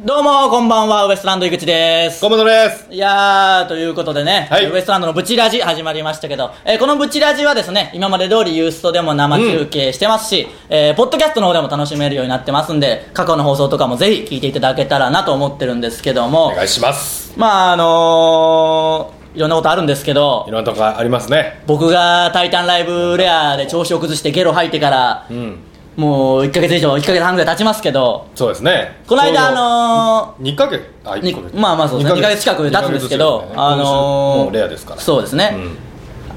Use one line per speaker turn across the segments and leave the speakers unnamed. どうも、こんばんは、ウエストランド井口です。
小本です。
いやー、ということでね、
はい
ウエストランドのブチラジ始まりましたけど、えーこのブチラジはですね、今まで通りユーストでも生中継してますし、えーポッドキャストの方でも楽しめるようになってますんで、過去の放送とかもぜひ聞いていただけたらなと思ってるんですけど
お
も、
願いします。
まああのー、いろんなことあるんですけど
い、ろんなとこありますね。
僕がタイタンライブレアで調子を崩してゲロ吐いてから、
うん。
もう1ヶ月以上、1ヶ月半ぐらい経ちますけど、
そうですね。
この間
ちょうど
あのー、
二ヶ月あ
に
一ヶ月
まあまあそうですね2ヶ月近く経つんですけど、
二ヶ月
あのー
もうレアですから。
そうですね、
うん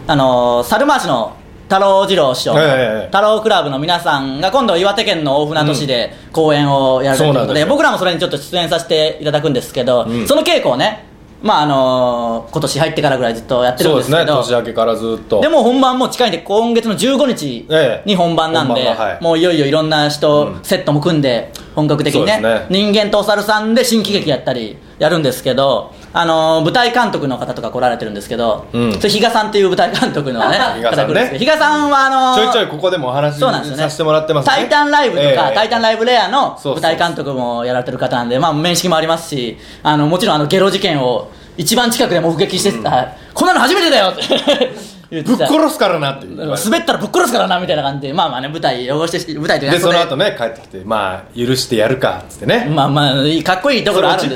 あのー、猿回しの太郎次郎師匠、
はいはいはい
太郎クラブの皆さんが今度岩手県の大船渡市で公演をやるというこ
そう
と
なん
で,、
ですよ
僕らもそれにちょっと出演させていただくんですけど、
うん
その稽古をねまああのー今年入ってからぐらいずっとやってるん
そ
で
うですす
け
ね。
ど
年明けからずっと。
でも本番もう近いんで今月の15日
ええ
に本番なんで、
本番がはい
もういよいよいろんな人、
うん
セットも組んで本格的にね
そうですね
人間とお猿さんで新喜劇やったりやるんですけど、あのー舞台監督の方とか来られてるんですけど、
うん
それ比嘉さんっていう舞台監督のね
比嘉さんね
方来るですけど比嘉さんはあのー
ちょいちょいここでもお話し
そうなんですよね
させてもらってますね。
タイタンライブとか、
ええ
タイタンライブレアの
そうそう
舞
そう
台監督もやられてる方なんで、まあ、面識もありますしあのもちろんあのゲロ事件を一番近くで目撃してた、こんなの初めてだよって 言って
ぶった殺すからなっていう。
滑ったらぶっ殺すからなみたいな感じでまあまあね舞台汚して舞台というか
でそ
れ
の後ね帰ってきてまあ許してやるかっつってね。
まあまあいいかっこいいところあるんで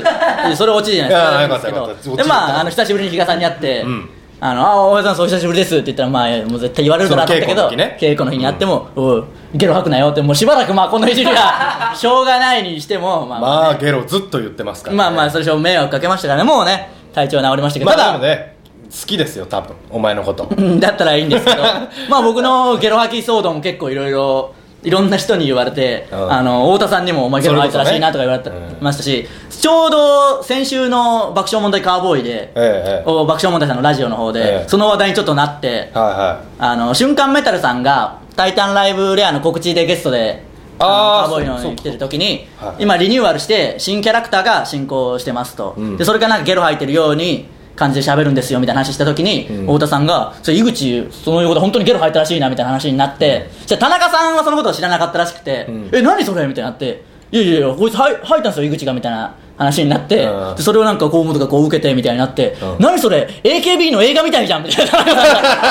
それ落ちじゃないです
いや
か
よかったよかった
ですけど
落ち
でまああの久しぶりに比嘉さんに会って、
ん
あのあおはようございますお久しぶりですって言ったら、まあ、もう絶対言われるだろうなと思ったけど
その稽古
の
の時ね
日に会っても、おいゲロ吐くなよってもうしばらくまあこのいじり はしょうがないにしてもまあまあ、
まあゲロずっと言ってますからね。
まあまあそれ以上迷惑かけましたからねもうね体調は治りましたけど、
まあ
ただ
でもね好きですよ多分お前のこと。
うんだったらいいんです けどまあ僕のゲロ吐き騒動も結構いろいろいろんな人に言われて、
うん
あの太田さんにも「お前ゲロ吐いたらしいな」と
そ
か
れ
言わ
こそ
れ
ね
た、
うん
ましたしちょうど先週の爆笑問題カーボーイで、
ええええ
お爆笑問題さんのラジオの方で、
ええ
その話題にちょっとなって
はいはい。
あの瞬間メタルさんが「タイタンライブレア」の告知でゲストで
あー
あのカーボーイの
そう
に来てる時に、
そうはい
今リニューアルして新キャラクターが進行してますと、
うん
でそれがなんかゲロ吐いてるように感じで喋るんですよみたいな話した時に、
ん
太田さんが「それ井口その横で本当にゲロ吐いたらしいな」みたいな話になって、じゃあ田中さんはそのことを知らなかったらしくて「
ん
え何それ?」みたいになって「いやいやいやこいつ吐い吐いたんですよ井口が」みたいな話になって、
うん
でそれをなんか河本がこう受けてみたいになって「
うん
何それ AKB の映画みたいじゃん」みたいな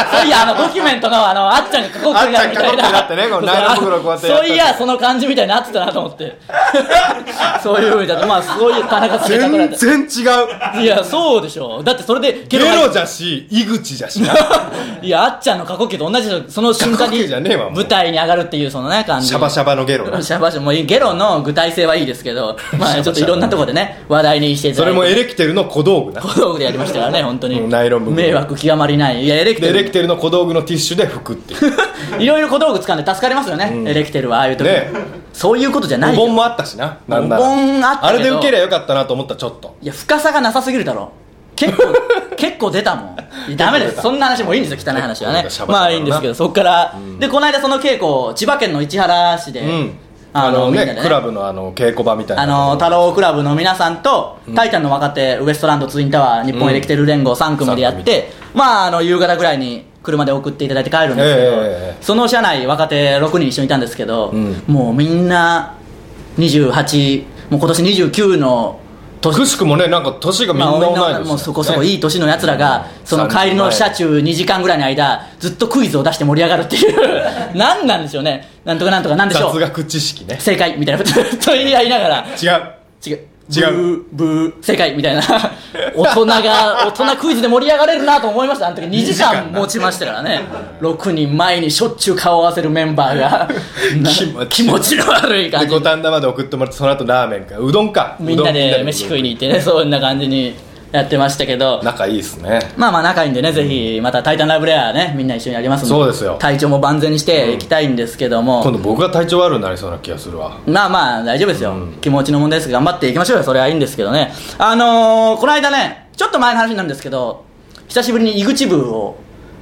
そういやあのドキュメントのあのあっちゃんが過去
あっちゃん過去ってなってねこのナイロン袋こうやってやった
そういやその感じみたいになってたなと思ってそういうふうにだとまあそういう田中さんが
全
書か
然違う。
れていやそうでしょだってそれで
ゲ
が
ロじゃし井口じゃしな。
いやあっちゃんの過去形と同じでその瞬間
過去
に
形じゃねえわもう
舞台に上がるっていうそのね感じ
シャバシャバの ゲロな
シャバシャバもうゲロの具体性はいいですけどまあちょっといろんなところでね話題にしていた
そ
だ
れ
い
も
て
エレキテルの小道具な
小道具でやりましたからね本当に
うんナイロン袋
迷惑極まりないいやエレキ
で
テ
エ
ル
レキテルの小道具のティッシュで拭くっていう
いろいろ小道具掴んで助かりますよね、エレキテルはああいう時、
ね
そういうことじゃない
お
よ
盆もあったしななんなら
お盆あったけど
あれで受けりゃよかったなと思ったちょっと
いや深さがなさすぎるだろ結 構結構出たもんいやダメです
結構出た
そんな話もういいんですよ汚い話はね
結構出たシャバシャバ
ま
な
あいいんですけどそっから、でこの間その稽古千葉県の市原市で、
うんあの
みん
ね
なで
クラブのあの稽古場みたいな
あの太郎クラブの皆さんと、タイタンの若手ウエストランドツインタワー日本エレキテル連合3組でやって、まああの夕方ぐらいに車で送っていただいて帰るんですけど、
ええ
その車内若手6人一緒にいたんですけど、
うん
もうみんな28もう今年29の年
くしくもねなんか年がみん
ま
な
あ、
同い年
女のもうそこそこい
い
い年のやつらが、その帰りの車中2時間ぐらいの間ずっとクイズを出して盛り上がるっていう 何なんでしょうねなんとかなんとかなんでしょ
雑
う
学知識ね
正解みたいなことずっと言い合いながら
違う
違う
違う
ブーブー正解みた いな大人が大人クイズで盛り上がれるなと思いましたあの時2時間持ちましたからね6人前にしょっちゅう顔を合わせるメンバーがな
気持ち
気持ちの悪い
で
感じ
五反田まで送ってもらってその後ラーメンかうどんか
みんな
うど
で飯食いに行ってねそんな感じにやってましたけど
仲いいですね
まあまあ仲いいんでね、ぜひ、またタイタンライブレアね、みんな一緒にやりますんで、
そうですよ
体調も万全にしていきたいんですけども、
今度僕が体調悪くなりそうな気がするわ
まあまあ大丈夫ですよ、気持ちの問題ですが頑張っていきましょうよそれはいいんですけどねあのー、この間ねちょっと前の話になるんですけど久しぶりに井口部を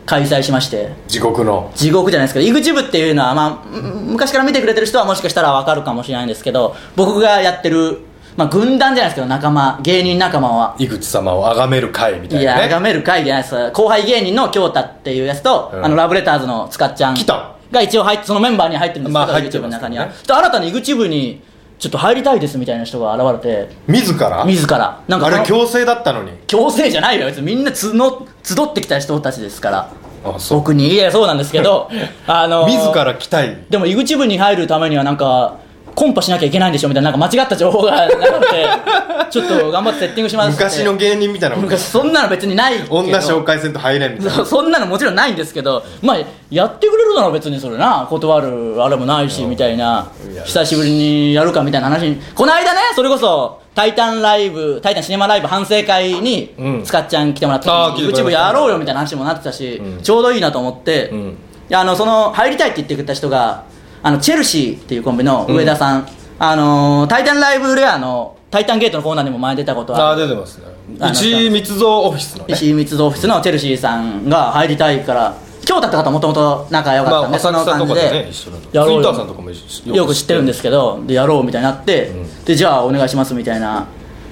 開催しまして
地獄の
地獄じゃないですけど井口部っていうのは、まあ、む昔から見てくれてる人はもしかしたら分かるかもしれないんですけど僕がやってる、まあ、軍団じゃないですけど仲間芸人仲間は
井口様を崇める会みた
い
いな
や、
ね
あがめる会じゃないです。後輩芸人の京太っていうやつと、
うん
あの、ラブレターズのつかっちゃん。
来た
が一応入って、そのメンバーに入ってるんですけど、
まあ入って
YouTube の
ます
中
よね
には。で新たに YouTube に、ちょっと入りたいですみたいな人が現れて
自ら
自らなんか
あ
そ
れ
の
強制だったのに
強制じゃないよ別にみんなつの集ってきた人たちですから
あそう
僕にいやそうなんですけ どあのー
自ら来たい
でも井口部に入るためにはなんかコンパしなきゃいけないんでしょみたいななんか間違った情報がな くてちょっと頑張ってセッティングしますって
昔の芸人みたいなもん
昔そんなの別にないけど
女紹介せんと入れんみたいな
そそんなのもちろんないんですけどまあやってくれるなら別にそれな断るあれもないしみたいない
や
久しぶりにやるかみたいな話にこの間ねそれこそ「タイタンライブ」「タイタンシネマライブ」反省会に
うん
つかっちゃん来てもらった
あー
時
来
に
てくれました
YouTube やろうよみたいな話もなってたし、
うん
ちょうどいいなと思って、
うん
いやあのその入りたいって言ってくれた人があのチェルシーっていうコンビの上田さん、あのータイタンライブレア」の「タイタンゲート」のコーナーにも前出たこと
あ
あ
あ
る
出てますね
あ
一密造オフィスのね
石井密造オフィスのチェルシーさんが入りたいから京太とかともともと仲良か
ま
ったん
あ
で、そ
浅
の
草
感
と
じ
かでね
で
一緒なんでツイ
やろう
ッタ
よ
ーさんとかも一緒
よく知ってるんですけどでやろうみたいになって、
ん
でじゃあお願いしますみたいな、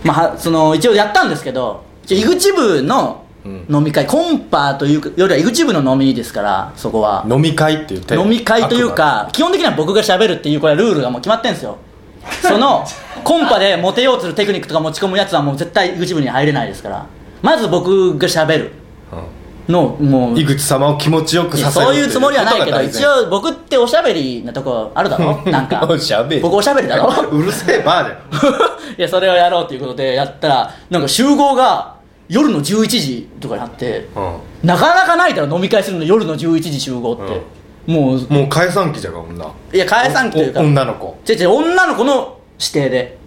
まあ、はその一応やったんですけど一応井口部の
うん
飲み会、コンパというよりは井口部の飲みですからそこは
飲み会っていう手
飲み会というか基本的には僕が喋るっていうこれはルールがもう決まってんですよそのコンパでモテようとするテクニックとか持ち込むやつはもう絶対井口部に入れないですからまず僕が喋る
あくまで
のも
う
うん
井口様を気持ちよく
い
さ
や
せる
そういうつもりはないけど
とうこと
一
が
応僕っておしゃべりなとこあるだ ろなんか
おしゃべり
僕おしゃべりだろ
大 前うるせえバーだよ
いやそれをやろうということでやったらなんか集合が夜の11時とかになって、なかなかないだろ飲み会するの夜の11時集合って、もう
うんもう解散期じゃが女
いや解散期というか
おお女の子
違う違う女の子の指定で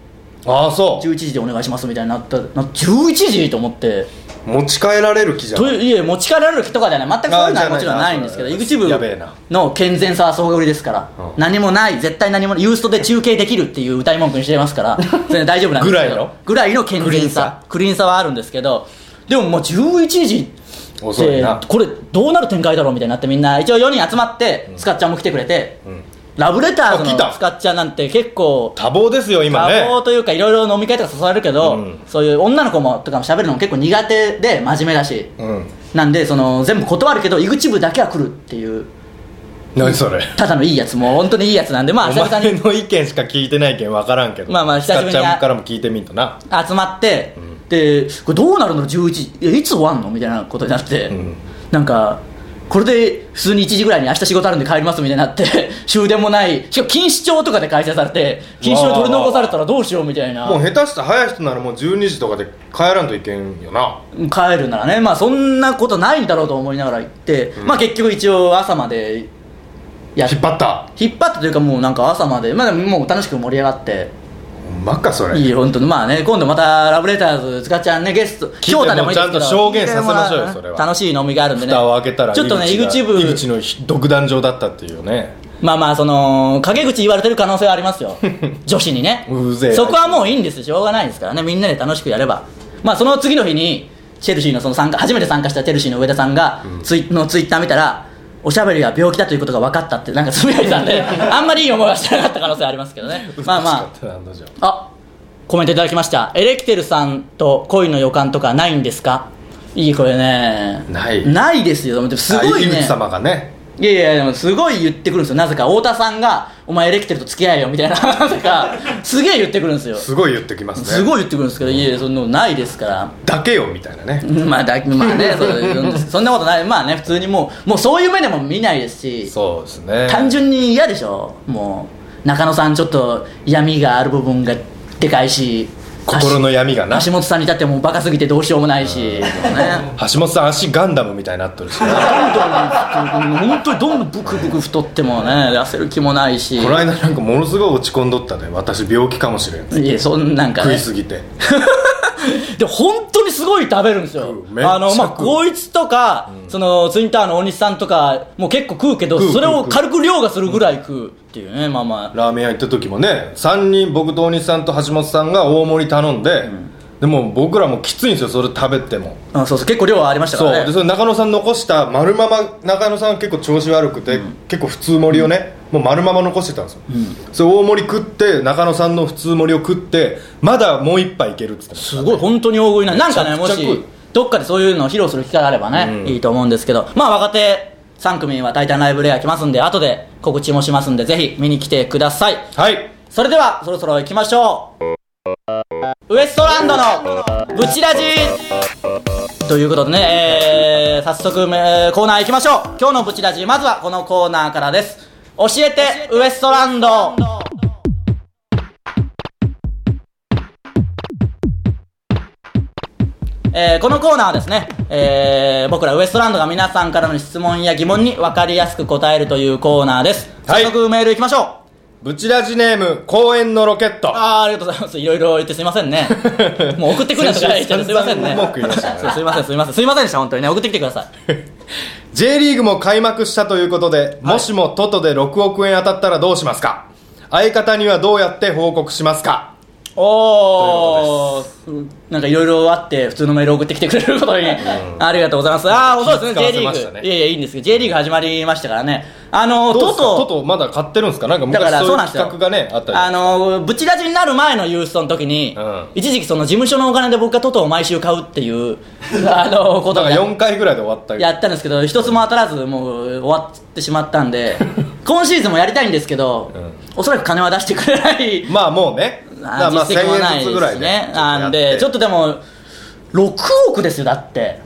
ああそ
11時でお願いしますみたいになったな11時と思って
う持ち帰られる気じゃん
といういえ持ち帰られる気とかじゃない全くそういうのはもちろんないんですけど
あ
井
ー
口
じゃ
部
ないなそうやべえな
の健全さは総りですから、
うん
何もない絶対何もないユーストで中継できるっていう歌い文句にしてますから それ大丈夫なんですけど
ぐらいの
ぐらいの健全さク
ク
リ
リ
ーン
ーン
さ
さ
はあるんですけどでももう11時
遅いな
でこれどうなる展開だろうみたいになってみんな一応4人集まって、スカッチャンも来てくれて、
うん
ラブレターズ
あ来
の
た
スカッチャンなんて結構
多忙ですよ今ね
多忙というかいろいろ飲み会とか誘われるけど、
うん
そういう女の子もとかも喋るのも結構苦手で真面目だし、
うん
なんでその全部断るけど井口部だけは来るっていう
何それ
ただのいいやつもう本当にいいやつなんでまあ
お
久々
前
に
の意見しか聞いてないけん分からんけど
まあまあ久しぶりに
スカちゃんからも聞いてみんとな
集まって、でこれどうなるの11時いやいつ終わんのみたいなことになって、
ん
なんかこれで普通に1時ぐらいに明日仕事あるんで帰りますみたいになって 終電もないしかも錦糸町とかで開催されて錦糸町取り残されたらどうしようみたいな
もう下手したら早い人ならもう12時とかで帰らんといけんよな
帰るならねまあそんなことないんだろうと思いながら行って、まあ結局一応朝までやっ
引っ張った
引っ張ったというかもうなんか朝までまあでももう楽しく盛り上がって
ほんまかそれ
いいよ本当にまあね今度またラブレターズ塚ちゃんねゲスト
てもちゃんと証言させましょうよそれは
楽しい飲みがあるんでね
蓋を開けたら
ちょっとね井
井
口
口
部
が井口の独壇場だったっていうね
まあまあその陰口言われてる可能性はあります よ女子にね
うぜえ
そこはもういいんですしょうがないですからねみんなで楽しくやればまあその次の日にチェルシーのその参加初めて参加したチェルシーの上田さんがツイ、のツイッター見たらおしゃべりは病気だということが分かったってなんかつぶやいてたん であんまりいい思いはしてなかった可能性はありますけどねまあまあ
美しかったな案の定
あコメントいただきましたエレキテルさんと恋の予感とかないんですかいいこれね
ない
ないですよすごい
あ井口
ね
様がね
いやいやでもすごい言ってくるんですよなぜか太田さんが「お前エレキテルと付き合えよ」みたいな なぜかすげえ言ってくるんですよ
すごい言ってきますね
すごい言ってくるんですけどいやいやそんなのないですから
だけよみたいなね
まあだまあ ねそうそんなことないまあね普通にもうもうそういう目でも見ないですし
そうですね
単純に嫌でしょもう中野さんちょっと闇がある部分がでかいし
心の闇がな
橋
橋
本さんに至ってもうバカすぎてどうしようもないし、ね、
本さん足ガンダムみたいになっとるしこ
どんどん本当にどんどんブクブク太ってもね痩せる気もないし
の間なんかものすごい落ち込んどったで私病気かもしれん
いやそんなんか
食
ね
いすぎて
で本当にすごい食べるんですよ
食うめっちゃ
あのまあ
食う
こいつとか、そのツインターの大西さんとかもう結構食うけど
食う
それを
食う
軽く凌駕するぐらい食うっていうねまあまあ
ラーメン屋行った時もね3人僕と大西さんと橋本さんが大盛り頼んで、でも僕らもきついんですよそれ食べても
あそうそう結構量はありましたか
そう
ら
で
ね
それ中野さん残した丸まま中野さんは結構調子悪くて、結構普通盛りをねもう丸まま残してたんですよ、それ大盛り食って中野さんの普通盛りを食ってまだもう一杯いけるっつってます
すごい本当に大食いななんかねも
めちゃくちゃ食う
しどっかでそういうのを披露する機会があればね、
うん
いいと思うんですけどまあ若手3組は「タイタンライブレア」来ますんで後で告知もしますんでぜひ見に来てください
はい
それではそろそろ行きましょうウエストランドのブチラジということでね、えー、早速、えーコーナー行きましょう今日のブチラジまずはこのコーナーからです教えてウエストランドえーこのコーナーはですね、えー僕らウエストランドが皆さんからの質問や疑問に分かりやすく答えるというコーナーです
はい
早速メール行きましょう、
ブチラジネーム公園のロケット
ああありがとうございますいろいろ言ってすいません ねもう送ってくるんですから
先週
すいませんね
散々文句言いましたね
そうすいませんすいませんすいませんでした本当にね送ってきてください
J リーグも開幕したということで、もしもトトで6億円当たったらどうしますか相方にはどうやって報告しますか
おーなんかいろいろあって普通のメール送ってきてくれることに、ありがとうございますああそうですね
気
J
遣
リ
わせました
ー
ね
グいやいやいいんですけど J リーグ始まりましたからねあの
どうですか
トト
トトまだ買ってるんですかなんか
だか
昔
らそう
そいうう
なんですよ
企画がねあったり
あのブチラジになる前のユーストの時に、
うん
一時期その事務所のお金で僕がトトを毎週買うっていうあのこと
だか
が
ら4回ぐらいで終わった
やったんですけど一つも当たらずもう終わってしまったん で今シーズンもやりたいんですけど、
ん
おそらく金は出してくれない
まあもうねだから まあ
実績もない
1000円ずつぐら
で
い
す
ね
ねなんでちょっとでも6億ですよだって、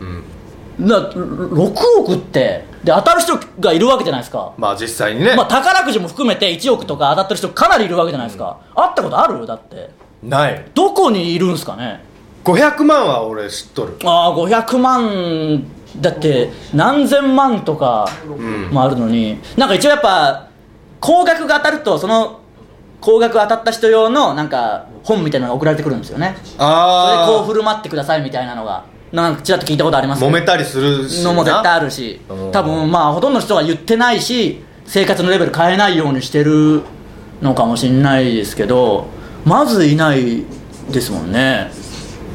ん
な6億ってで当たる人がいるわけじゃないですか
まあ実際にね、
まあ、宝くじも含めて1億とか当たってる人かなりいるわけじゃないですか、会ったことあるだって
ない
どこにいるんすかね
500万は俺知っとる
ああ500万だって何千万とかもあるのに、なんか一応やっぱ高額が当たるとその高額当たった人用のなんか本みたいなのが送られてくるんですよねそれでこう
あ
振る舞ってくださいみたいなのがなんかちらっと聞いたことありま
あ
すけ
揉
ど
めたりするし
のも絶対あ
る
るし
うん
多分まあほとんどの人が言ってないし生活のレベル変えないようにしてるのかもしれないですけどまずいないですもんね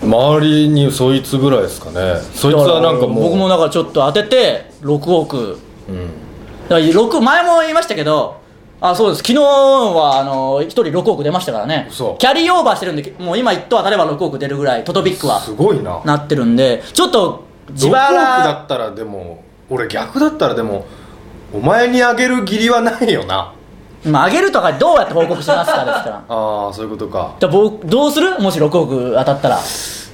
周りにそいつぐらいですかねそいつはなんかもう
僕もだからちょっと当てて6億
うん
だから6前も言いましたけどあそうです昨日はあの1人6億出ましたからねキ
嘘
ャリーオーバーしてるんでもう今1等当たれば6億出るぐらいトトビックは
すごいな
なってるんでちょっと
自
自
腹
腹
だったらでも俺逆だったらでもお前にあげる義理はないよな
まあ上げるとかどうやって報告しますかですから
ああそういうことか
だ僕どうするもし6億当たったら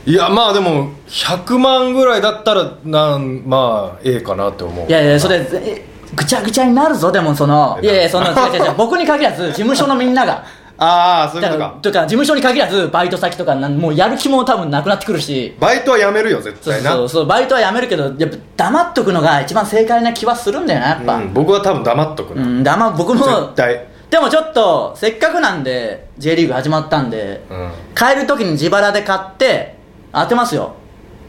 いやまあでも100万ぐらいだったらなんまあええかなって思う
いやいやそれえぐちゃぐちゃになるぞでもそのいやいやその違う違う違う僕に限らず事務所のみんなが
ああそういう
だ
こ
か
と
らとか
か
事務所に限らずバイト先とかなんもうやる気も多分なくなってくるし
バイトはやめるよ絶
そう
対な
そうそうバイトはやめるけどやっぱ黙っとくのが一番正解な気はするんだよなやっぱ
うん、僕は多分黙っとく
う
な、
ん、黙僕も
絶対
でもちょっとせっかくなんで J リーグ始まったんで、
うん
買える時に自腹で買って当てますよ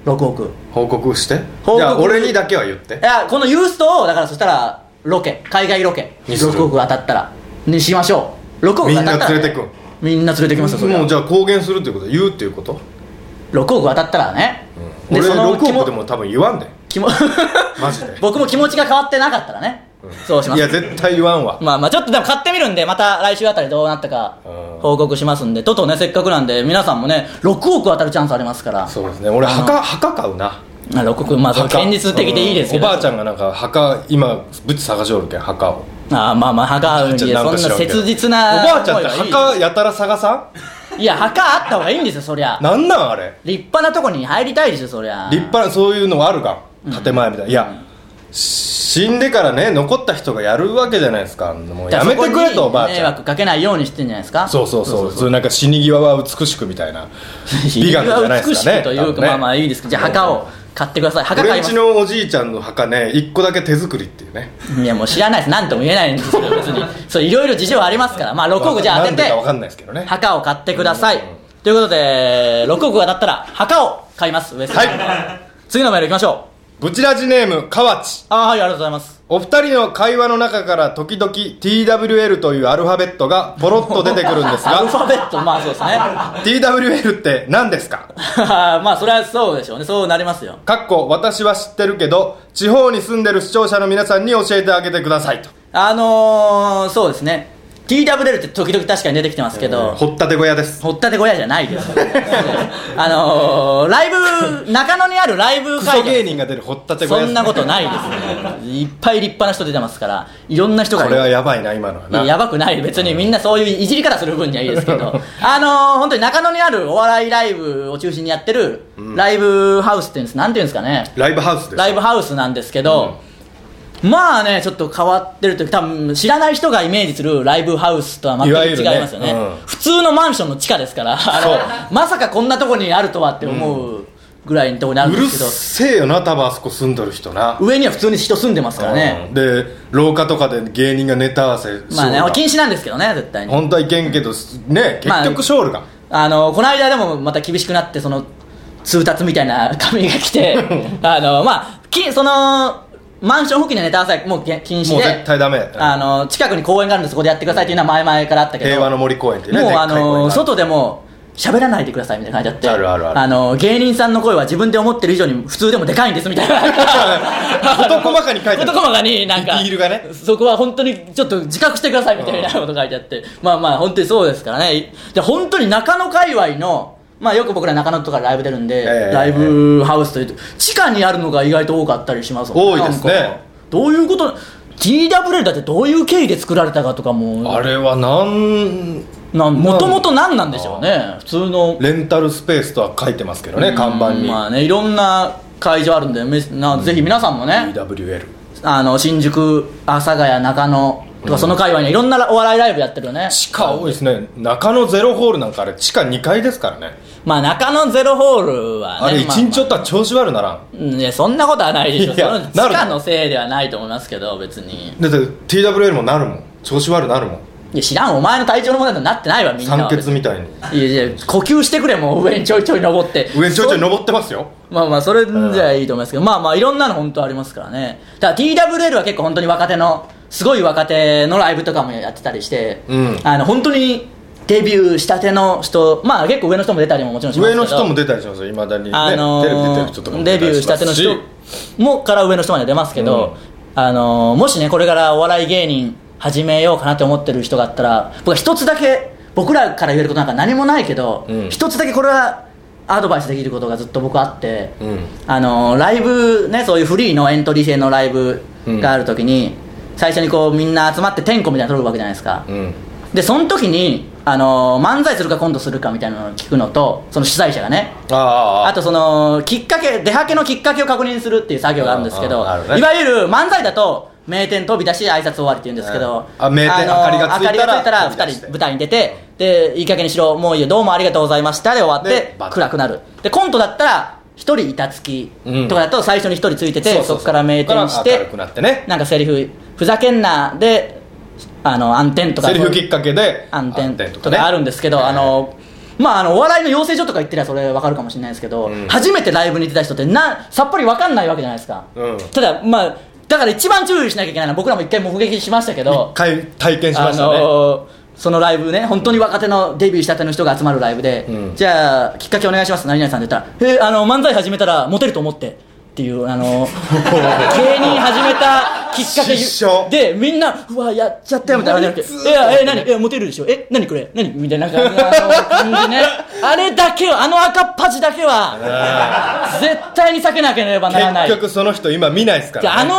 6億
報告して
報告
じゃあ俺にだけは言って
いやこのユーストをだからそしたらロケ海外ロケ
にする
6億当たったらにしましょう6億当たったら、
みんな連れてくん
みんな連れてきますよそれ
もう
は
じゃあ公言するっていうこと言うっていうこと、
6億当たったらね、で
俺
その
6
気も
億でも多分言わんで
気も
マジで
僕も気持ちが変わってなかったらね、そうしま
い
す
や絶対言わんわ
まあまあちょっとでも買ってみるんでまた来週あたりどうなったか
うん
報告しますんでトトねせっかくなんで皆さんもね6億当たるチャンスありますから
そうですね俺墓墓買うな
まあ6億まあその
墓
現実的でいいですけど
うんおばあちゃんがなんか墓今ブチ探しおるけん墓を
ああまあまあ墓うんでそん
ちょっと
な
知らんけど
切実な
おばあちゃんって
思いはい
墓やたら探さ
いや墓あった方がいいんですよそりゃ
んなんなんあれ
立派なとこに入りたいですよそりゃ
立派なそういうのがあるがん建前みたいないや死んでからね残った人がやるわけじゃないですかもうやめてくれとおばあち
迷
ゃん
惑かけないようにしてんじゃないですか
そうそうそうそういうなんか死に際は美しくみ たいな美
美
学
学
じゃないですか
美
ね
しくというか、
多分ね
まあまあいいですけどじゃあ墓を買ってください墓買
俺
い
ん
ま
ち
す
のおじいちゃんの墓ね一個だけ手作りっていうね
いやもう知らないです何とも言えないんですけど別にそういろいろ事情はありますからまあ6億じゃあ当て
なんで
て
かわかんないですけどね
墓を買ってくださいということで6億が当たったら墓を買います上杉さん
はい
次のメールいきましょう
ブチラジネーム河内
ああはいありがとうございます
お二人の会話の中から時々 TWL というアルファベットがポロッと出てくるんです
アルフ
が
ァベットまあそうですね
TWL って何ですか
まあそれはそうでしょうねそうなりますよ
かっこ私は知ってるけど地方に住んでる視聴者の皆さんに教えてあげてくださいと
あのー、そうですね TWL って時々確かに出てきてますけど、
掘ったて小屋です
掘ったて小屋じゃないです あのー、ライブ中野にあるライブ
ク
会
ソ
場
芸人が出る掘ったて小
そ
屋です
んなことないですねいっぱい立派な人出てますからいろんな人が
これはやばいな今のはい
や
な
やばくない別にみんなそういういじり方する分にはいいですけどあのー、本当に中野にあるお笑いライブを中心にやってるライブハウスっていうんですなんていうんですかね
ライブハウスです
ライブハウスなんですけど、まあねちょっと変わってるというか多分知らない人がイメージするライブハウスとは全く違いますよね
いわゆるねうん
普通のマンションの地下ですからあ のまさかこんなとこにあるとはって思うぐらいのとこにあるん
う
で
る
すけど、
せえよな多分あそこ住んどる人な
上には普通に人住んでますからね、
うんで廊下とかで芸人がネタ合わせしよう
まあね
が
禁止なんですけどね絶対に
本当はいけんけどね
まあ
結局ショールが、
あのこの間でもまた厳しくなってその通達みたいな 紙が来 てあのまあきそのマンション付近でネタ合わせはもうけ禁止で
もう絶対ダメ
あの近くに公園があるんでそこでやってくださいっていうのは前々からあったけど
平和の森公園っていうね
もう
でっ
あ
かい公園が
の
る
外でも喋らないでくださいみたいな感じだって
あるあるある
の芸人さんの声は自分で思ってる以上に普通でもでかいんですみたいな
事細かに書いてある
事細かになんか
ディールがね
そこは本当にちょっと自覚してくださいみたいなこと書いてあって、まあまあ本当にそうですからねで本当に中野界隈のまあよく僕ら中野とかライブ出るんで、
ええ
ライブハウスというと地下にあるのが意外と多かったりしますもん
多いですね
なんかどういうこと TWL だってどういう経緯で作られたかとかも
あれはなん
もともと何なんでしょうね普通の
レンタルスペースとは書いてますけどね看板に、
まあねいろんな会場あるんでめなぜひ皆さんもね、
EWL
あの新宿阿佐ヶ谷中野とかその界隈にいろんなお笑いライブやってるよね、
地下多いですね中野ゼロホールなんかあれ地下2階ですからね
まあ中野ゼロホールはね
あれ1
まあ
日ちょっとは調子悪ならん
うんいやそんなことはないでしょ
い
そ
や
の地
なる
下のせいではないと思いますけど別に
だって TWL もなるもん調子悪なるもん
いや知らんお前の体調の問題となってないわみんな
酸
は
欠みたいに
いやいや呼吸してくれもう上にちょいちょい登って
上にちょいちょい登ってますよ
まあまあそれじゃいいと思いますけど、まあまあいろんなの本当ありますからねだから TWL は結構本当に若手のすごい若手のライブとかもやってたりして、
うん
あの本当にデビューしたての人まあ結構上の人も出たりももちろんします
上
けど
の人も出たりしますよいまだに、ね
あの
テレビ出てる人とかも出
デ
た
ビュ
り
ー
し
した
ま
て
す
の
し
人もから上の人まで出ますけど、あのーもしねこれからお笑い芸人始めようかなって思ってる人があったら僕は一つだけ僕らから言えることなんか何もないけど、
うん
一つだけこれはアドバイスできることがずっと僕あって、
うん
あのーライブねそういうフリーのエントリー制のライブがある時に、最初にこうみんな集まって点呼みたいなの撮るわけじゃないですか、
うん
でその時にあのー漫才するかコントするかみたいなのを聞くのとその主催者がね
あああ
あとそのきっかけ出はけのきっかけを確認するっていう作業があるんですけど、
うんうんあるね
いわゆる漫才だと名店飛び出し挨拶終わりって言うんですけど、
うんあ名店
の
明かりがつい
明か
たら
りがついたら
飛び
2
出して
人舞台に出てでいい加減にしろもういいよどうもありがとうございましたで終わっ
で
て
バッ
暗くなるでコントだったら1人板付き
うん
とかだと最初に1人ついてて、
そうそうそ
そうこから名店し
そこから
て
明るくなってね
なんかセリフふざけんなであの暗転とか
セリフきっかけで
暗転
暗
とかあるんですけど、
ええ
あのまああのお笑いの養成所とか行ってりゃそれ分かるかもしれないですけど、
うん
初めてライブに出た人ってなさっぱり分かんないわけじゃないですか、
うん
ただまあだから一番注意しなきゃいけないのは僕らも一回目撃しましたけ ど
一回体験しま
あ
したね、
のそのライブね本当に若手のデビューしたての人が集まるライブで、
うん
じゃあきっかけお願いします何々さんって言ったら「えーあの漫才始めたらモテると思って」っていうあの芸人 始めたきっかけ
失笑
でみんな「うわやっちゃったよ」みたいな感じになって「いやえー何えーモテるでしょえ何これ何?」みたいな感じあの感じ ねあれだけはあの赤っ恥だけは絶対に避けなければならない
結局その人今見ないですか
じゃあ
ら、ね、
あ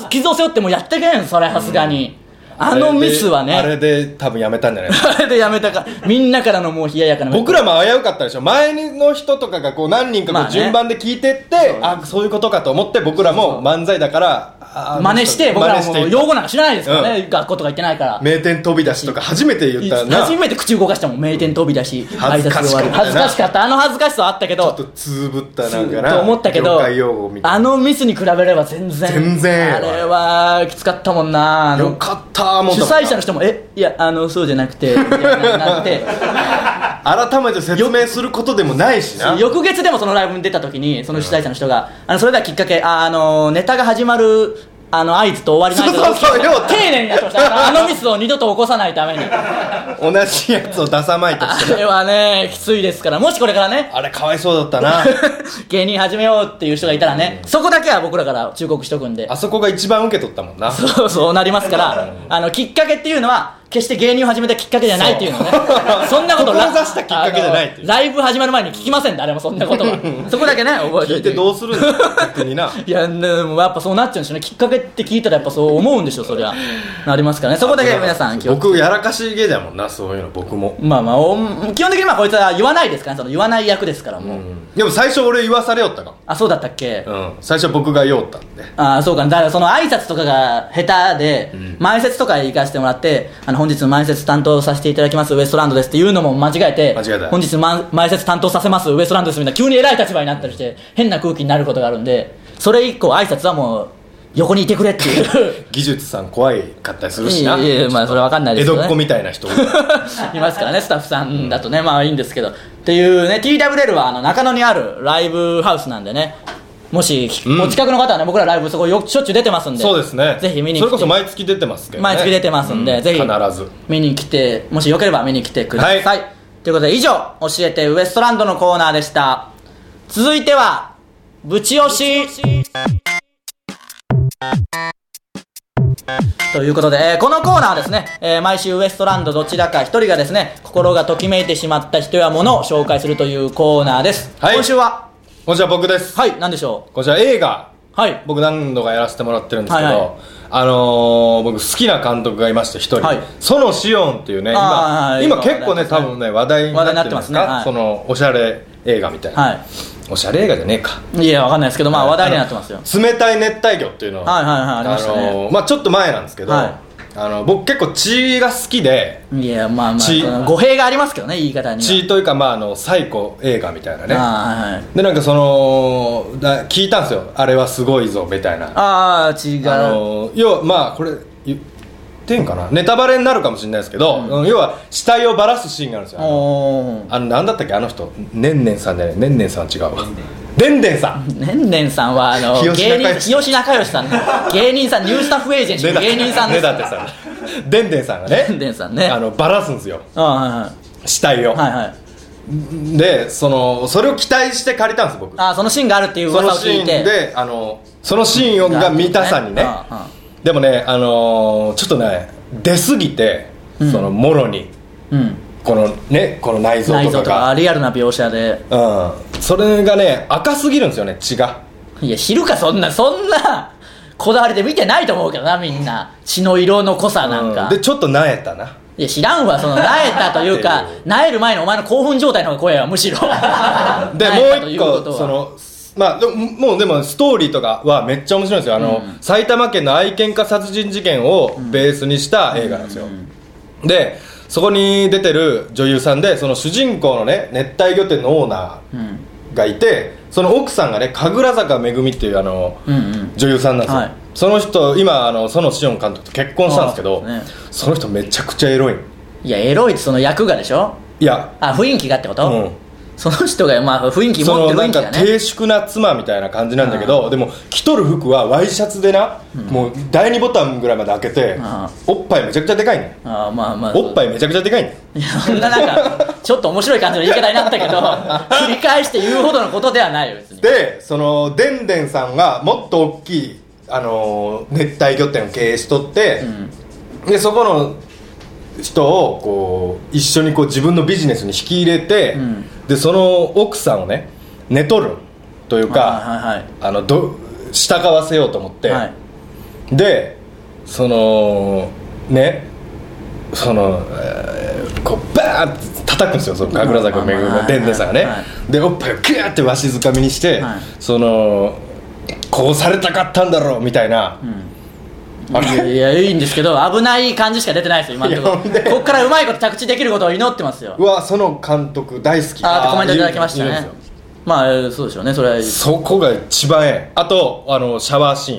の傷を背負ってもうやってけんそれはすがに、あのミスはね
あれであれで多分やめたんじゃないですか
あれでやめたかみんなからのもう冷ややかな
僕らも危うかったでしょ前の人とかがこう何人か
まあ
こ
ね
う順番で聞いてって、あそういうことかと思って僕らも漫才だからあ
真似して僕らも
真似して
用語なんか知らないですからね、学校とか行ってないから
名店飛び出しとか初めて言ったな
初めて口動かしたもん名店飛び出し
恥ずかしかったな
恥ずかしかったあの恥ずかしさはあったけ
ちょ
ど
っとつぶったなんかな
と思ったけど
業界用語みたいな
あのミスに比べれば全然
全然
あれはきつかったもんなあの
よかったもん
主
だ
催者の人もえいやあのそうじゃなくてみたいななって
改めて説明することでもないしな
翌月でもそのライブに出た時にその主催者の人が、あのそれではきっかけああのネタが始まるあの合図と終わりの合図を
そうそうそうよ
丁寧にやってましたあのあのミスを二度と起こさないためにあ
同じやつを出さまいとして
れはねきついですからもしこれからね
あれかわいそうだったな
芸人始めようっていう人がいたらね、そこだけは僕らから忠告しとくんで
あそこが一番受け取ったもんな
そうそうなりますからあのきっかけっていうのは決して芸人を始めたきっかけじゃないっていうのねそんなこと
志したきっかけじゃないっていう
あのライブ始まる前に聞きません誰もそんなことは そこだけね覚えてお
聞
い
い
て
てどうするんだよ逆にない
やでもやっぱそうなっちゃうんでしょうねきっかけって聞いたらやっぱそう思うんでしょそりゃなります からねそこだけ皆さん気を
僕やらかし芸だもんなそういうの僕も
まあまあお基本的にまあこいつは言わないですからねその言わない役ですからもう、
でも最初俺言わされよったか
あそうだったっけ、
もうん最初僕が言おったんで
ああそうかだからその挨拶とかが下手で、前説とか行かせてもらってあの本日の前説担当させていただきますウエストランドですっていうのも間違えて
間違えた
本日ま前説担当させますウエストランドですみたいな急に偉い立場になったりして変な空気になることがあるんでそれ以降挨拶はもう横にいてくれって いう
技術さん怖いかったりするしない
やいやまあそれは分かんないです
江
けど
戸
ね
っ子みたい な人
いますからねスタッフさんだとね、まあいいんですけどっていうね TWL はあの中野にあるライブハウスなんでねもし、
うん
お近くの方はね僕らライブそこよくしょっちゅう出てますんで
そうですね
ぜひ見に来て
それこそ毎月出てますけど、ね、
毎月出てますんで、
う
ぜひ
必ず
見に来てもしよければ見に来てください、
はい
ということで以上教えてウエストランドのコーナーでした続いてはブチ押しということで、えーこのコーナーはですね、えー毎週ウエストランドどちらか一人がですね心がときめいてしまった人や物を紹介するというコーナーです、
はい
今週は
こちら僕です
はい何でしょ
こちら映画
うはい
僕何度かやらせてもらってるんですけど、
はいはい
あのー僕好きな監督がいまして一人、
はい
園志音っていうね
あー
今
はい
今結構ね
今話題ですね
多分ね話題になっ
話題になっ
てますか、
てますねはい
そのおしゃれ映画みたいな、
は
おしゃれ映画じゃねえか
いいやわかんないですけどまあ話題になってますよ
あの冷たい熱帯魚っていうの
はいはいはいありましたね
のーまあ、ちょっと前なんですけど、
はい
あの僕結構血が好きで
いやまあまあ
ち
その語弊がありますけどね言い方には
血というかまああのサイコ映画みたいなね
ああはい
でなんかそのだ聞いたんですよあれはすごいぞみたいな
ああ違う
あの要はまあこれ言ってんかなネタバレになるかもしれないですけど、うん要は死体をばらすシーンがあるんですよあの
お
あのなんだったっけあの人ねんねんさんじゃないねんねんさんは違うわでんでんさん
ねんねんさんはあの
清志
芸
仲
人清
良し
志仲良しさんね芸人さんニュースタッフエージェンシ
ね
ー
だ
の芸人さんで
ね
す
だってさんでんでんさんがね
ねんねんさんね
あのばらすんですよ
ああ
死体を、
はいはいはいはい
でそのそれを期待して借りたんです僕
ああそのシーンがあるっていう
その
噂を
シ
聞
ー
い
ン
て
であのそのシーンが見たさにね
あああ
でもねあのーちょっとね出すぎて、そのもろに
うん
このねこの内臓
内
と
臓
か
とか
が
リアルな描写で
うんそれがね赤すぎるんですよね血が
いや知るかそんなそんなこだわりで見てないと思うけどなみんな血の色の濃さなんか
うんでちょっとなえたない
や知らんわそのなえたという かなえる前のお前の興奮状態の方が怖いわむしろ
で
な
も
えたと
う
い
一
こと
個
は
そのまあでももうでもストーリーとかはめっちゃ面白いんですよあの、埼玉県の愛犬家殺人事件をベースにした映画なんですよ、でそこに出てる女優さんでその主人公のね熱帯魚店のオーナ
うん
ーがいてその奥さんがね神楽坂めぐみっていうあの、
うんうん
女優さんなんですよ、
はい
その人今あの園志音監督と結婚したんですけど
あそうですね
その人めちゃくちゃエロい
いやエロいってその役がでしょ
いや
あ雰囲気がってこと、
うん
その人がまあ雰囲気
そ
持っ
の
てる雰囲
なん
気
か
がね
低粛な妻みたいな感じなんだけどでも着とる服はワイシャツでな、もう第2ボタンぐらいまで開けて
あ
おっぱいめちゃくちゃでかいね
ああまあまあ
おっぱ
い
いめちゃくちゃでかいね
やそんななんかちょっと面白い感じの言い方になったけ ど繰り返して言うほどのことではないよ別に
でそのでんでんさんがもっと大きい、あのー熱帯魚店を経営しとって、でそこの人をこう一緒にこう自分のビジネスに引き入れて、
ん
でその奥さんをね寝取るというか、
はいはいはい
あのど従わせようと思って、
はい
でそのねその、えーこうバーンって叩くんですよその神楽坂めぐみ
まあまあまあ
のでんでんさんがね、
は
でおっぱいをグーってわしづかみにして、
はい
そのこうされたかったんだろうみたいな、あ
いや
れ
いやいいんですけど危ない感じしか出てないですよ今のとこ
いやほんで
ろこっからうまいこと着地できることを祈ってますよ
うわその監督大好き
ああってコメントいただきました
言うん
ね
ですよ
まあえーそうでしょうねそれは
そこが一番ええあとあのシャワーシ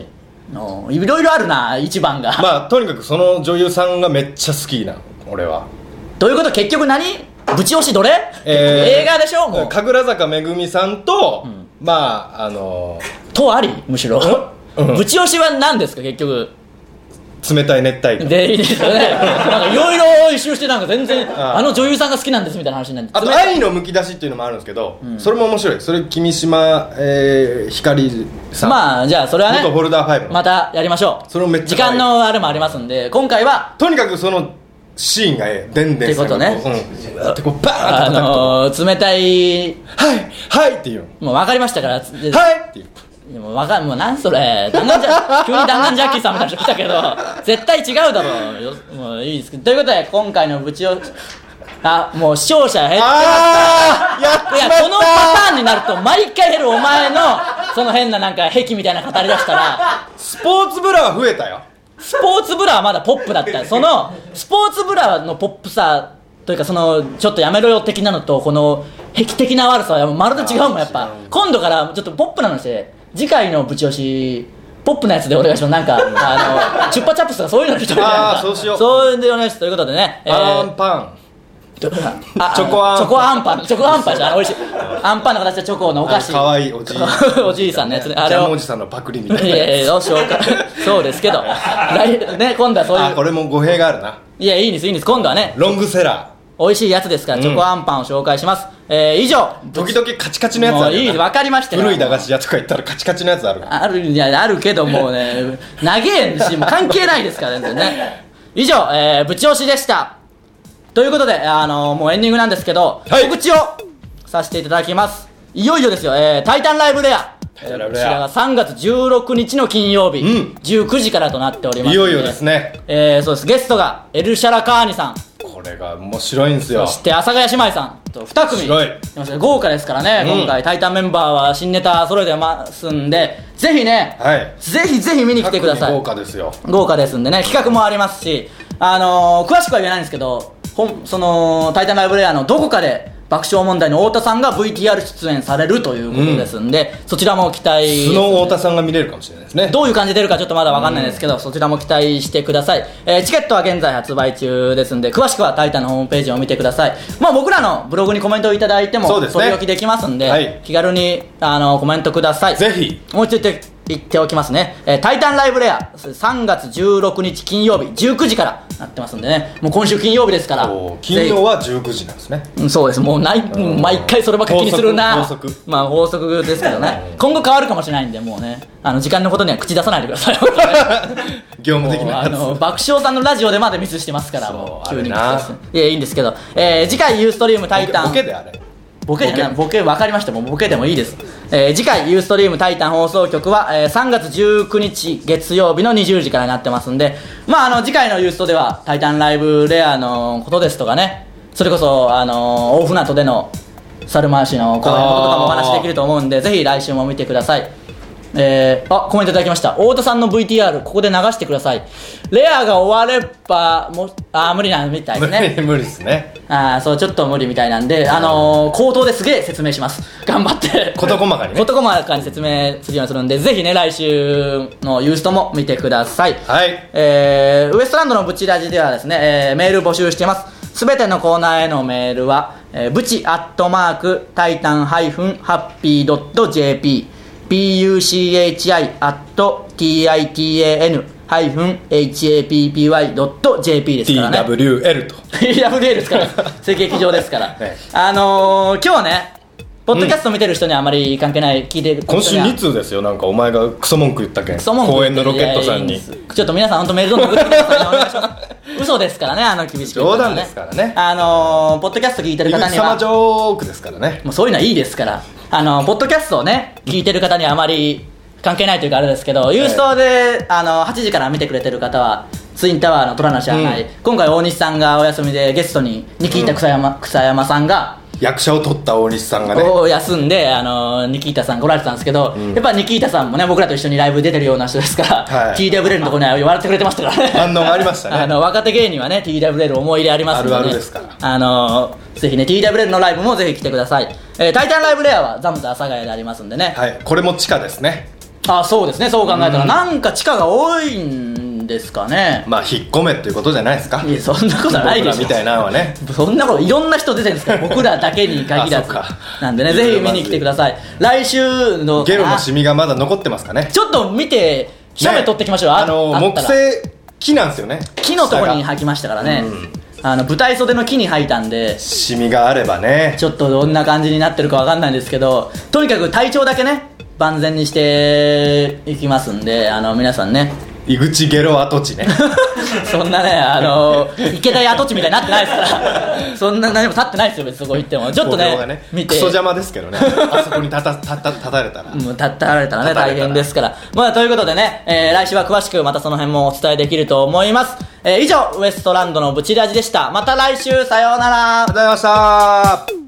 ーン
のいろいろあるな一番が、
まあとにかくその女優さんがめっちゃ好きな俺は
どういうこと結局何ぶち押しどれ、
えー
映画でしょもう
神楽坂めぐみさんと、まああの
とありむしろ
うん
ぶち押しは何ですか結局
冷たい熱帯魚
でいいですよねなんかいろいろ一周してなんか全然
あ
あの女優さんが好きなんですみたいな話になって
あと「愛のむき出し」っていうのもあるんですけど、それも面白いそれ君島、えー、ひかりさん、
まあじゃあそれは
元フォ
ね
ルダー5の、
またやりましょう
それもめっちゃ
時間のあれもありますんで今回は
とにかくそのシーンがええでんでん
ってことね
こううん、ってこうバーン
あ
って叩くとこ
のー、冷たい
はいはいって言う
もう分かりましたから
のはいって言う
でもわかんもうなんそれ弾丸ジャ 急に弾丸ジャッキーさんみたいになってきたけど絶対違うだろうよもういいですけどということで今回のブチをあもう視聴者減って
ああやっ
いや
ち
こ
ま
の
っ
パターンになると毎回減るお前のその変ななんか癖みたいな語り出したら
たスポーツブラは増えたよ
スポーツブラはまだポップだったよそのスポーツブラのポップさというかそのちょっとやめろよ的なのとこの癖的な悪さはまるで違うもんやっぱ今度からちょっとポップなのにして次回のぶち押しポップなやつでお願いしますなんかあのチュッパチャップスとかそういうのにしといて
あーそうしよう
そうでお願いしますということでねえー
アンパン
どあ
チョコアンパン
チョコアンパンチョコアンパンじゃん美味しいアンパンの形はチョコのお菓子
可愛いおじい
おじいさんのやつねあ
ジ
れ
ャム
を
お
い
じさんのパクリみたいな
やいや紹介そうですけど来ね今度はそう
あ
い
こ
う
れも語弊があるない
やいいんですいいんです今度はね
ロングセラ
美味しいやつですからチョコアンパンを紹介します、えー、以上
ー時々カチカチのやつ
も
あ
う
るよ
いい
な
分かりましたよ
古い駄菓子屋とか行ったらカチカチのやつあるから
あるいやあるけどもう ね長えしもう関係ないですから全然ね以上、えー、ぶち押しでしたということで、あのもうエンディングなんですけど、
はい
告知をさせていただきますいよいよですよ「えー、タイタンライブレア」
タイタンライ
こ
ブ
ち
レア
らが3月16日の金曜日、
ん
19時からとなっております
いよいよですね
えー、そうですゲストがエルシャラカーニさん
これが面白いんすよ
そして阿佐ヶ谷姉妹さんと2組
白い
いますね豪華ですからね、
うん
今回「タイタン」メンバーは新ネタ揃えてますんでぜひね、
はい
ぜひぜひ見に来てくださ
各
い
に豪
豪華
華ですよ
ですんでね企画もありますし、あのー詳しくは言えないんですけど本その「タイタンライブレア」のどこかで爆笑問題の太田さんが VTR 出演されるということですんで、そちらも期待
素の太田さんが見れるかもしれないですね
どういう感じで出るかちょっとまだわかんないですけど、そちらも期待してください、えーチケットは現在発売中ですんで詳しくは「タイタン」のホームページを見てください、まあ、僕らのブログにコメントをいただいても
そうですね
取り置きできますんで、
はい
気軽にあのコメントください
ぜひ
もう一度言って言っておきますね、えータイタンライブレア」3月16日金曜日19時からなってますんでねもう今週金曜日ですから
おー金曜は19時なんですね
うんそうですもうないもう毎回そればっかり気にするな
法則法則
まあ法則ですけど ね今後変わるかもしれないんでもうねあの時間のことには口出さないでください
業務的
もう
な
あ
や
の
つ
爆笑さんのラジオでまでミスしてますから
そう
もう
あれ
ミ
な
スしていやいいんですけど、えー次回ユーストリームタイタン
ボケであれ
ボケじゃないボケ分かりましたもうボケでもいいです、えー次回ユーストリームタイタン放送局は、えー3月19日月曜日の20時からになってますんでまああの次回のユーストではタイタンライブレアのことですとかねそれこそあの大船渡での猿回しの公演のこととかもお話しできると思うんでぜひ来週も見てくださいえーあコメントいただきました太田さんの VTR ここで流してくださいレアが終わればもあー無理なんみたいですね
無理無理ですね
ああそうちょっと無理みたいなんで、あのー、口頭ですげえ説明します頑張って
事細かにね
事細かに説明するようにするんでぜひね来週のユーストも見てください、
はい
えーウエストランドのブチラジではですね、えーメール募集していますすべてのコーナーへのメールは、えー、ブチアットマークタイタンハイフンハッピードット JP buchi アット titan ハイフン happy ドット JP ですからね
TWL と
PWA です から水劇場ですから、
ええ
あのー、今日はねポッドキャスト見てる人にはあまり関係ない聞いてる
今週
人には
2通ですよなんかお前がクソ文句言ったけん
クソ文句
公演のロケットさん
いや
に
いいですちょっと皆さん本当メールどんどん送ってきてくださいねお願いします嘘ですからねあの厳しく言ったのは
冗談ですからね
あのー、ポッドキャスト聞いてる
イ
方
グ
に
様
は
ジョークですからね
もうそういうのはいいですからあのポッドキャストをね聞いてる方にはあまり関係ないというかあれですけど、郵送であの8時から見てくれてる方はツインタワーの虎の知らない、
うん
今回大西さんがお休みでゲストにに聞いた草山,、草山さんが
役者を取った大西さんがね
を休んで、あのニキータさん来られてたんですけど、やっぱニキータさんもね僕らと一緒にライブ出てるような人ですから、
はい
TWL のとこには笑ってくれてましたからね
反応がありましたね
あの若手芸人はね TWL 思い入れありますんで、ね、
あるあるですから
あのぜひね TWL のライブもぜひ来てください「えー、タイタンライブレア」はザムズ阿佐ヶ谷でありますんでね、
はいこれも地下ですね
あそうですねそう考えたら、なんか地下が多いんですかね、
まあ引っ込めっていうことじゃないですか
いやそんなことはないでしょ
僕らみたいなのはね
そんなこといろんな人出てるんです から僕らだけに限ら
あそ
ず
うか
なんでねぜひ見に来てください来週の
ゲロの
あ
シミがまだ残ってますかね
ちょっと見て写メ撮ってきましょう、
ねあの
あった
木
ら
製木なんですよね
木のとこに
下が
履きましたからね、
うん
あの舞台袖の木に履いたんで
シミがあればね
ちょっとどんな感じになってるかわかんないんですけどとにかく体調だけね万全にしていきますんであの皆さんね
井口ゲロ跡地ね
そんなね、あのー、池田や跡地みたいになってないですから、そんな何も立ってないですよ、別にそこ行っても。ちょっと
工
ね
業が、ね
見て
クソ。邪魔ですけどねあそこに立た立た立たれたら、
もう立ってられたらね、
立たれ
大
たら
変ですから。まあ、ということでね、えー来週は詳しくまたその辺もお伝えできると思います。えー以上、ウエストランドのブチラジでした。また来週、さようなら
ありがとうございました